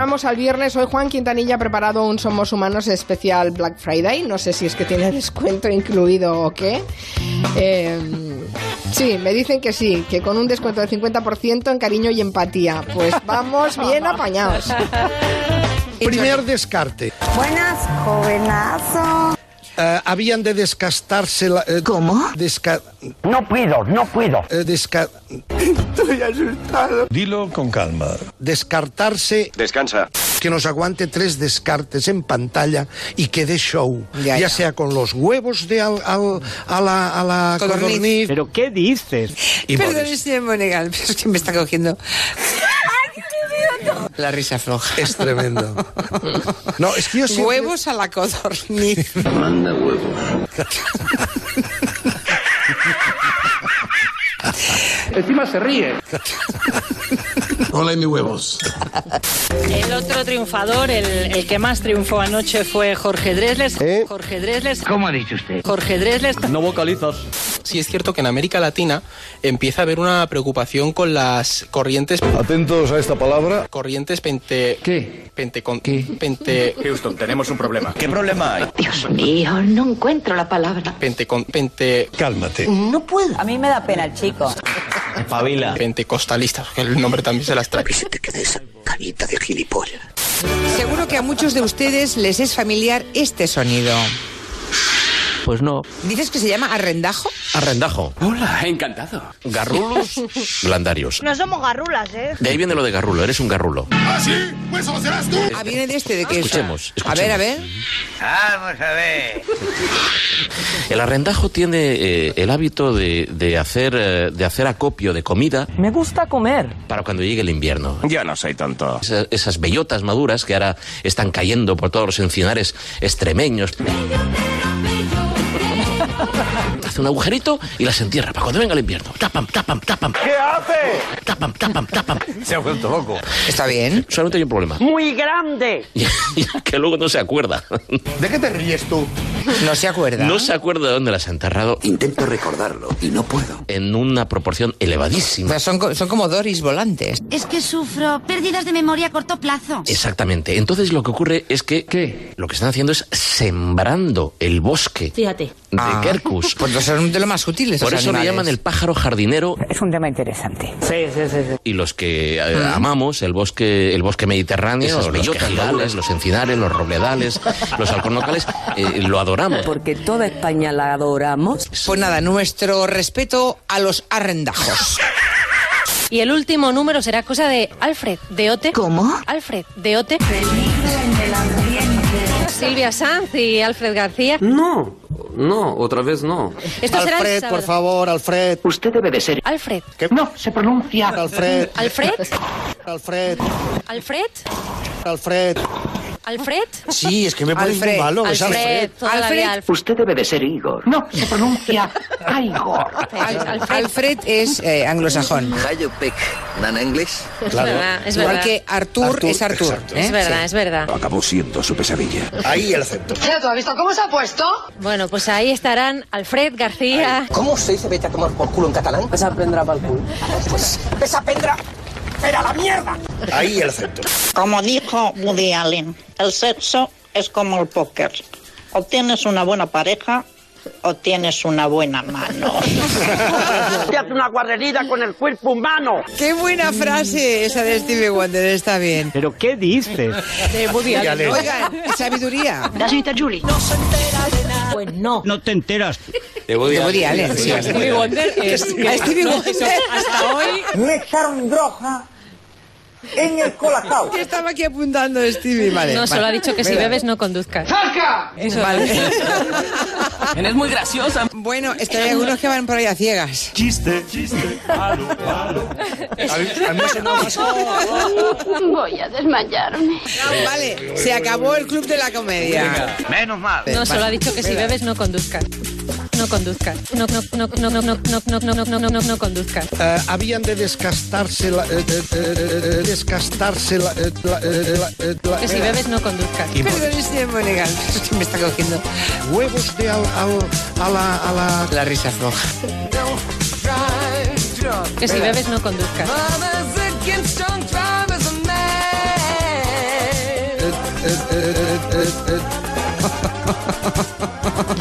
llegamos al viernes, hoy Juan Quintanilla ha preparado un Somos Humanos especial Black Friday. No sé si es que tiene descuento incluido o qué. Eh, sí, me dicen que sí, que con un descuento del 50% en cariño y empatía. Pues vamos bien apañados. Primer descarte. Buenas, jovenazo. Eh, habían de descastarse la... eh, ¿Cómo? desca- No puedo, no puedo. eh, desca- Dilo con calma. descartarse Descansa. que nos aguante tres descartes en pantalla y que dé show, Ya, ya, ya. sea con los huevos de al, al- a la, a la Codorniz. codorniz ¿Pero qué dices? y Perdón, Boris. señor Monegal, pero es que me está cogiendo. La risa floja. Es tremendo. No, es que yo siempre- Huevos a la codorniz. Encima se ríe. Hola, y mi huevos. El otro triunfador, el, el que más triunfó anoche fue Jorge Dresles. Jorge Dresles. ¿Cómo ha dicho usted? Jorge Dresles. No vocalizas. Sí es cierto que en América Latina empieza a haber una preocupación con las corrientes Atentos a esta palabra. corrientes pente ¿Qué? pentecon- ¿Qué? pente Houston, tenemos un problema. ¿Qué problema hay? Dios mío, no encuentro la palabra. pentecon- pente Cálmate. No puedo. A mí me da pena el chico. Pavila. pentecostalistas, que el nombre también se las trae. Seguro que a muchos de ustedes les es familiar este sonido. Pues no. ¿Dices que se llama arrendajo? Arrendajo. Hola, encantado. Garrulos. Blandarios. No somos garrulas, ¿eh? De ahí viene lo de garrulo, eres un garrulo. Ah, viene de este, de qué es? Escuchemos, A ver, a ver. El arrendajo tiene eh, el hábito de, de hacer, eh, de hacer acopio de comida Me gusta comer. para cuando llegue el invierno. Yo no soy tonto. Esa- esas bellotas maduras que ahora están cayendo por todos los encinares extremeños. Hace un agujerito y las entierra para cuando venga el invierno. Tapam, tapam, tapam. ¿Qué hace? Tapam, tapam, tapam. Se ha vuelto loco. Está bien. Solamente hay un problema. Muy grande. que luego no se acuerda. ¿De qué te ríes tú? No se acuerda. No se acuerda de dónde las ha enterrado. Intento recordarlo y no puedo. En una proporción O elevadísima. sea, son, co- son como Doris volantes. Es que sufro pérdidas de memoria a corto plazo. Exactamente. Entonces lo que ocurre es que ¿Qué? lo que están haciendo es sembrando el bosque Fíjate. de Ah. Quercus. Pues no son de lo más útiles. Por eso le llaman el pájaro jardinero Es un tema interesante. Sí, sí, sí. sí. y los que eh, Ah. amamos el bosque el bosque mediterráneo, Esas los bellotas quejigales, los encinares, los robledales, los alcornocales, eh, lo adoramos. Porque toda España la adoramos. Pues nada, nuestro respeto a los arrendajos. Y el último número será cosa de Alfred de Ote. ¿Cómo? Alfred de Ote. Silvia Sanz y Alfred García. No, no, otra vez no. Esto será el Alfred, por sábado. favor, Alfred, Usted debe de ser. Alfred. No, se pronuncia. Alfred, Alfred. Alfred, Alfred. Alfred. Alfred. Eh, Sí, es que me pones Alfred, muy malo. es Alfred. toda la vida, Alfred. Usted debe de ser Igor. No, se pronuncia Igor. Al- Alfred es eh, anglosajón. Alfred, claro. Es verdad, es Igual verdad. que Artur, Artur, es Artur. exacto. ¿eh? Es verdad, Sí. es verdad. Acabó siendo su pesadilla. Ahí el acento. ¿Tú has visto cómo se ha puesto? Bueno, pues ahí estarán Alfred García. ¿Cómo se dice vete a tomar por culo en catalán? Esa pendrá para el culo. Pues esa pendrá. ¡Pero a la mierda! Ahí el acento. Como dijo Woody Allen, el sexo es como el póker. O tienes una buena pareja o tienes una buena mano. Te hace una guarrerida con el cuerpo humano. Qué buena frase esa de Stevie Wonder, está bien. ¿Pero qué dices? De Woody Ya Allen. le- Oigan, sabiduría. La señorita Julie. Pues no. No te enteras. De Woody De Woody Allen. sí. Stevie Wonder es- A Stevie Wonder. Hasta hoy. Me echaron droga en el colacao. Yo estaba aquí apuntando Stevie, vale. no, vale. solo ha dicho que si Venga. bebes no conduzcas. Eso Vale. Eres muy graciosa. Bueno, es que hay algunos que van por ahí a ciegas. Chiste, chiste. Malo, malo. A mí, a mí me ha sonado más- Voy a desmayarme. Ah, Vale, se acabó el club de la comedia. Menos mal. No, solo ha dicho que si Venga. bebes no conduzcas. No conduzcas. No, no, no, no, no, no, no, no, no, no, no, no, no conduzcas. Eh, habían de descastarse la, eh, eh, eh, eh, descastarse la, eh, la, eh, la, eh, la- Que si bebes no conduzcas. Perdón, señor Monegal, es que me está cogiendo huevos de al, al- a la a la la risa floja. Que si bebes no conduzcas.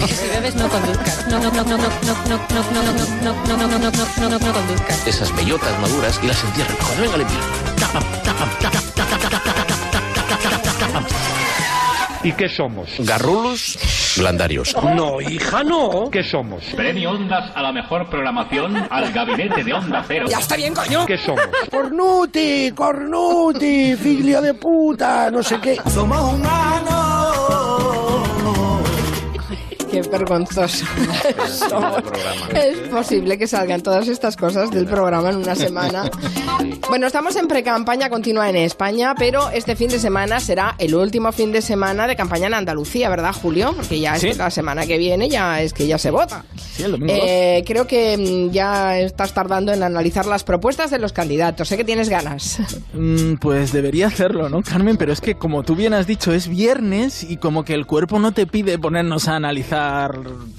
Si bebes, no conduzcas. No, no, no, no, no, no, no, no, no, no, no, no, no, no, no, no, no, no, no conduzcas. Esas bellotas maduras y las entierra cuando venga el invierno. Tapam, tapam, tapam, tapam, tapam, tapam, tapam, tapam. ¿Y qué somos? Garrulos blandarios. No, hija, no. ¿Qué somos? Premio Ondas a la mejor programación al gabinete de Onda Cero. Ya está bien, coño. ¿Qué somos? Cornuti, Cornuti, figlio de puta, no sé qué. Somos humanos. Qué vergonzoso. Es posible que salgan todas estas cosas del programa en una semana. Bueno, estamos en precampaña continua en España, pero este fin de semana será el último fin de semana de campaña en Andalucía, ¿verdad, Julio? Porque ya es Sí. la semana que viene, ya es que ya se vota. Sí, el domingo Eh, creo que mm, ya estás tardando en analizar las propuestas de los candidatos. Sé que tienes ganas. Mm, Pues debería hacerlo, ¿no, Carmen? Pero es que, como tú bien has dicho, es viernes y como que el cuerpo no te pide ponernos a analizar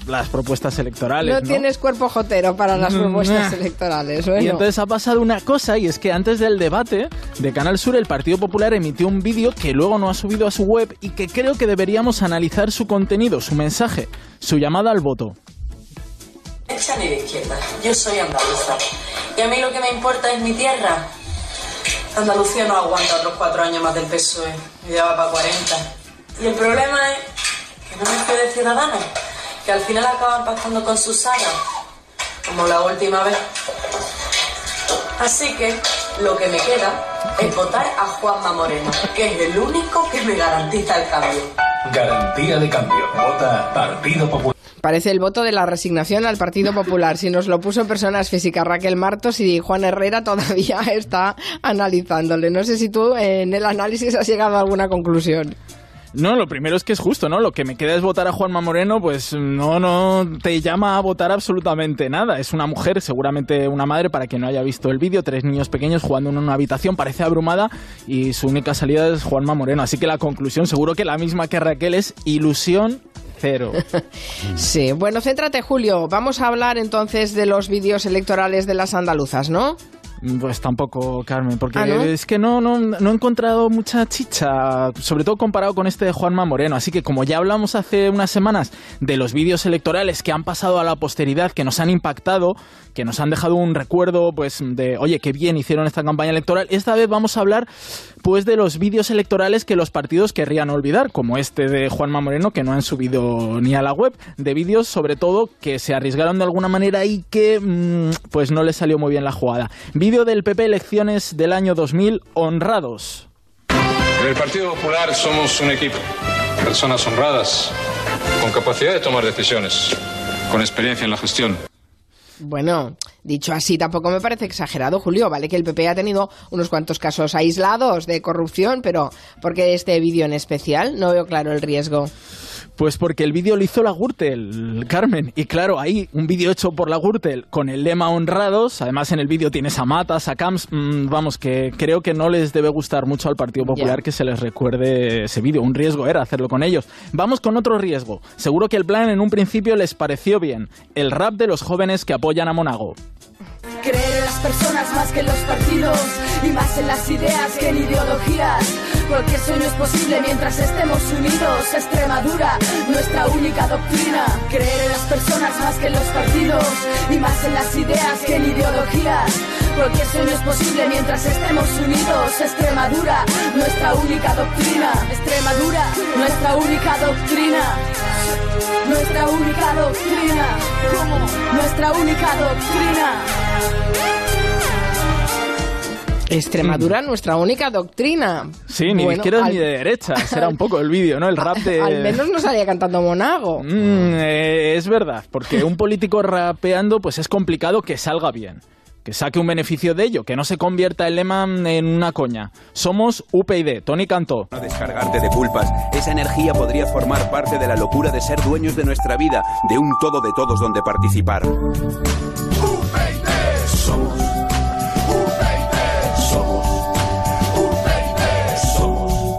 las propuestas electorales. No ¿no? tienes cuerpo jotero para las Mm, propuestas nah. electorales. Bueno. Y entonces ha pasado una cosa y es que antes del debate de Canal Sur el Partido Popular emitió un vídeo que luego no ha subido a su web y que creo que deberíamos analizar su contenido, su mensaje, su llamada al voto. derecha ni de izquierda. Yo soy andaluza. Y a mí lo que me importa es mi tierra. Andalucía no aguanta otros cuatro años más del PSOE. Y E. ya va para 40. Y el problema es que no me fío de ciudadanos. Que al final acaban pactando con Susana. Como la última vez. Así que lo que me queda es votar a Juanma Moreno, que es el único que me garantiza el cambio. Garantía de cambio. Vota Partido Popular. Parece el voto de la resignación al Partido Popular. Si nos lo puso personas físicas Raquel Martos y Juan Herrera todavía está analizándole. No sé si tú eh, en el análisis has llegado a alguna conclusión. No, lo primero es que es justo, ¿no? Lo que me queda es votar a Juanma Moreno, pues no, no te llama a votar absolutamente nada. Es una mujer, seguramente una madre, para quien no haya visto el vídeo, tres niños pequeños jugando en una habitación, parece abrumada y su única salida es Juanma Moreno. Así que la conclusión, seguro que la misma que Raquel, es ilusión cero. Sí, bueno, céntrate Julio. Vamos a hablar entonces de los vídeos electorales de las andaluzas, ¿no? Pues tampoco, Carmen, porque ¿Ah, no? es que no, no, no he encontrado mucha chicha, sobre todo comparado con este de Juanma Moreno. Así que como ya hablamos hace unas semanas de los vídeos electorales que han pasado a la posteridad, que nos han impactado, que nos han dejado un recuerdo, pues, de, oye, qué bien hicieron esta campaña electoral, esta vez vamos a hablar, pues, de los vídeos electorales que los partidos querrían olvidar, como este de Juanma Moreno, que no han subido ni a la web, de vídeos, sobre todo, que se arriesgaron de alguna manera y que, mm, pues, no les salió muy bien la jugada. Vídeo del PP Elecciones del año 2000, honrados. En el Partido Popular somos un equipo, personas honradas, con capacidad de tomar decisiones, con experiencia en la gestión. Bueno, dicho así, tampoco me parece exagerado, Julio. Vale que el PP ha tenido unos cuantos casos aislados de corrupción, pero ¿por qué este vídeo en especial? No veo claro el riesgo. Pues porque el vídeo lo hizo la Gürtel, Carmen. Y claro, ahí un vídeo hecho por la Gürtel con el lema honrados. Además, en el vídeo tienes a Matas, a Camps. mm, vamos, que creo que no les debe gustar mucho al Partido Popular que se les recuerde ese vídeo. Un riesgo era hacerlo con ellos. Vamos con otro riesgo. Seguro que el plan en un principio les pareció bien. El rap de los jóvenes que apoyan a Monago. Creer en las personas más que en los partidos y más en las ideas que en ideologías. Cualquier sueño es posible mientras estemos unidos. Extremadura, nuestra única doctrina. Creer en las personas más que en los partidos y más en las ideas que en ideologías. Cualquier sueño es posible mientras estemos unidos. Extremadura, nuestra única doctrina. Extremadura, nuestra única doctrina. Nuestra única doctrina. Nuestra única doctrina. Extremadura, nuestra única doctrina. Sí, ni de Bueno, izquierda al- ni de derecha. Será un poco el vídeo, ¿no? El rap de. Al menos no salía cantando Monago. Mm, Ah. eh, es verdad, porque un político rapeando, pues es complicado que salga bien. Que saque un beneficio de ello, que no se convierta el lema en una coña. Somos UPyD, Tony Cantó. No descargarte de culpas. Esa energía podría formar parte de la locura de ser dueños de nuestra vida, de un todo de todos donde participar. Somos. Somos. Somos.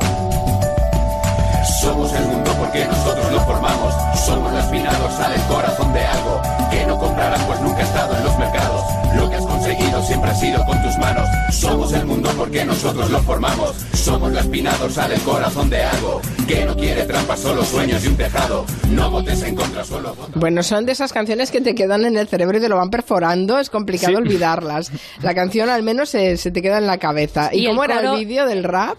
Somos el mundo porque nosotros lo formamos. Somos las minas dorsal, el corazón de algo que no comprarán pues nunca ha estado en los mercados. Lo que has conseguido siempre has sido con tus manos. Somos el mundo porque nosotros lo formamos. Somos la espina dorsal, el corazón de algo. Que no quiere trampas, solo sueños y un tejado. No votes en contra, solo vota. Bueno, son de esas canciones que te quedan en el cerebro y te lo van perforando. Es complicado Sí. olvidarlas. La canción al menos se, se te queda en la cabeza. ¿Y, Y el cómo era coro- el vídeo del rap?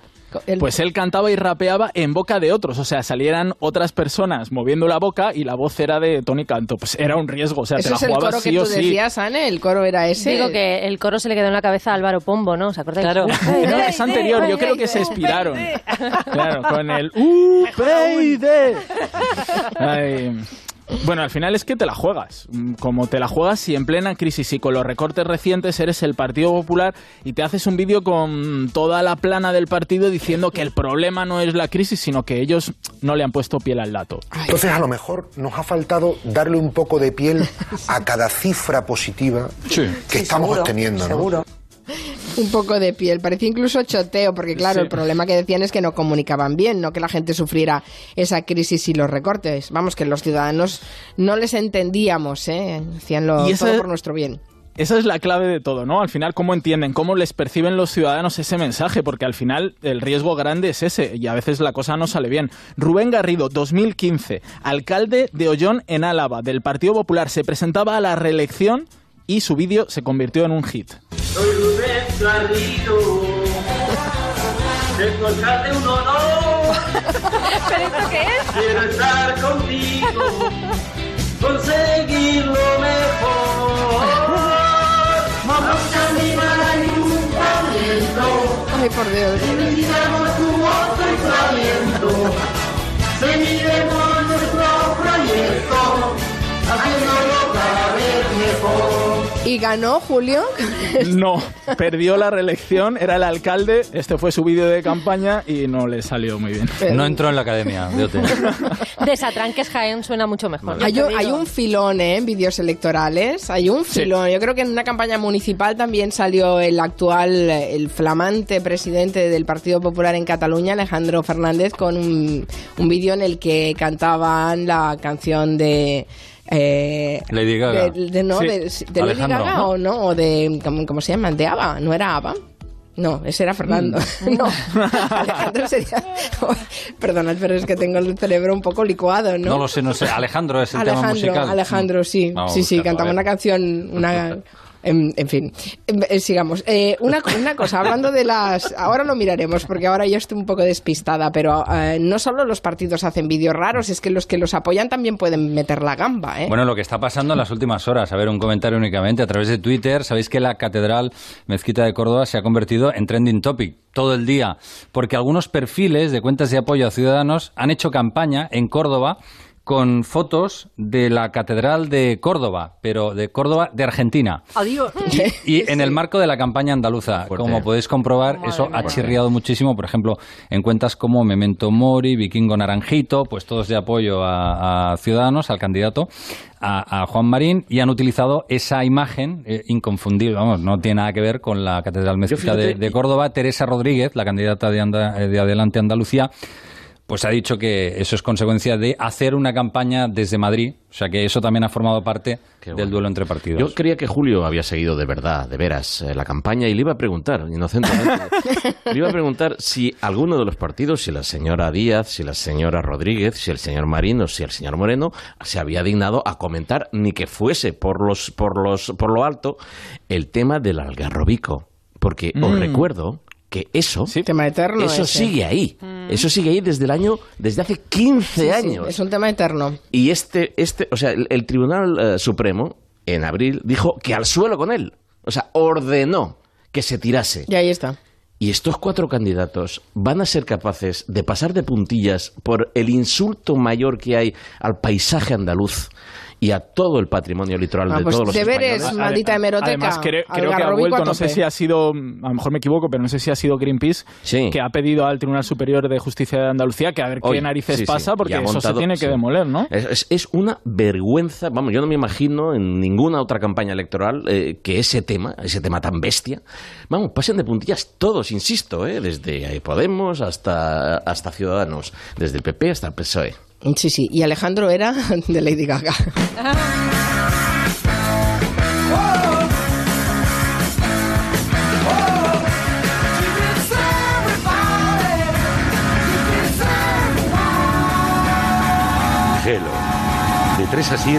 El- Pues él cantaba y rapeaba en boca de otros, o sea, salieran otras personas moviendo la boca y la voz era de Tony Canto. Pues era un riesgo, o sea, te Ese la es el jugabas coro que sí o tú sí. decías, Anne. El coro era ese. Digo que el coro se le quedó en la cabeza a Álvaro Pombo, ¿no? ¿Os acordáis? Claro. No, es anterior, yo creo que se inspiraron. Claro, con el ¡Uh, baby! Ay. Bueno, al final es que te la juegas. Mm, Como te la juegas y en plena crisis y con los recortes recientes eres el Partido Popular y te haces un vídeo con toda la plana del partido diciendo que el problema no es la crisis, sino que ellos no le han puesto piel al dato. Entonces a lo mejor nos ha faltado darle un poco de piel a cada cifra positiva que estamos seguro, obteniendo. ¿no? seguro. Un poco de piel, parecía incluso choteo, porque claro, Sí. el problema que decían es que no comunicaban bien, no que la gente sufriera esa crisis y los recortes. Vamos, que los ciudadanos no les entendíamos, ¿eh? Hacían lo, Y esa- todo por nuestro bien. Esa es la clave de todo, ¿no? Al final, cómo entienden, cómo les perciben los ciudadanos ese mensaje, porque al final el riesgo grande es ese y a veces la cosa no sale bien. Rubén Garrido, 2015, alcalde de Ollón en Álava, del Partido Popular, se presentaba a la reelección y su vídeo se convirtió en un hit. Soy Rubén Garrido. Encontrarte un honor. ¿Pero esto qué es? Quiero estar contigo. Conseguir lo mejor. Vamos a animar a ningún talento. Ay, por Dios. Necesitamos tu voz y tu aliento. Seguiremos nuestro proyecto. Haciéndolo cada vez mejor. ¿Y ganó Julio? No, perdió la reelección, era el alcalde, este fue su vídeo de campaña y no le salió muy bien. No entró en la academia de OT. Desatranques Jaén suena mucho mejor. Hay un, hay un filón, ¿eh? En vídeos electorales. Hay un Sí. filón. Yo creo que en una campaña municipal también salió el actual, eh, el flamante presidente del Partido Popular en Cataluña, Alejandro Fernández, con un, un vídeo en el que cantaban la canción de. eh, Lady Gaga. De, de- no, Sí. de, de Lady Alejandro, Gaga ¿no? o no, o de. ¿cómo, cómo se llama? ¿De Ava? ¿No era Ava? No, ese era Fernando. no, Alejandro sería. Perdonad, pero es que tengo el cerebro un poco licuado, ¿no? No lo sé, no sé. Alejandro es el tema Alejandro, musical. Alejandro, sí, Vamos a sí, sí, buscarlo, cantaba a ver. una canción, una... En, en fin, Eh, eh, sigamos. Eh, una, co- una cosa, hablando de las... Ahora lo miraremos porque ahora yo estoy un poco despistada, pero eh, no solo los partidos hacen vídeos raros, es que los que los apoyan también pueden meter la gamba, ¿eh? Bueno, lo que está pasando en las últimas horas, a ver, un comentario únicamente a través de Twitter. Sabéis que la Catedral Mezquita de Córdoba se ha convertido en trending topic todo el día, porque algunos perfiles de cuentas de apoyo a ciudadanos han hecho campaña en Córdoba con fotos de la Catedral de Córdoba, pero de Córdoba de Argentina. Adiós. Y en el marco de la campaña andaluza, como podéis comprobar, eso ha chirriado muchísimo, por ejemplo, en cuentas como Memento Mori, Vikingo Naranjito, pues todos de apoyo a, a Ciudadanos, al candidato, a, a Juan Marín, y han utilizado esa imagen eh, inconfundible, vamos, no tiene nada que ver con la Catedral Mezquita de, fíjate- de Córdoba. Teresa Rodríguez, la candidata de, Anda- eh, de Adelante Andalucía, pues ha dicho que eso es consecuencia de hacer una campaña desde Madrid, o sea que eso también ha formado parte del duelo entre partidos. Yo creía que Julio había seguido de verdad, de veras, eh, la campaña y le iba a preguntar, inocentemente, le iba a preguntar si alguno de los partidos, si la señora Díaz, si la señora Rodríguez, si el señor Marín o si el señor Moreno, se había dignado a comentar, ni que fuese por, los, por, los, por lo alto, el tema del algarrobico. Porque os Mm. recuerdo que eso, Tema eterno. eso ese. sigue ahí. Eso sigue ahí desde el año, desde hace 15 Mm. Sí, sí, años. es un tema eterno. Y este, este o sea, el, el Tribunal eh, Supremo, en abril, dijo que al suelo con él. O sea, ordenó que se tirase. Y ahí está. Y estos cuatro candidatos van a ser capaces de pasar de puntillas por el insulto mayor que hay al paisaje andaluz y a todo el patrimonio litoral Ah, de pues todos los deberes, españoles. maldita Adem- hemeroteca. Además, cre- creo que ha Algarrobico vuelto, a no sé tope. si ha sido, mm, a lo mejor me equivoco, pero no sé si ha sido Greenpeace, que ha pedido al Tribunal Superior de Justicia de Andalucía que a ver Hoy, qué narices sí, sí. pasa, porque Y ha eso se montado- tiene que sí. demoler, ¿no? Es, es- es una vergüenza, vamos, yo no me imagino en ninguna otra campaña electoral eh, que ese tema, ese tema tan bestia, vamos, pasen de puntillas todos, insisto, eh, desde eh, Podemos hasta, hasta Ciudadanos, desde el PP hasta el PSOE. Sí, sí, y Alejandro era de Lady Gaga. Gelo. De 3 a 7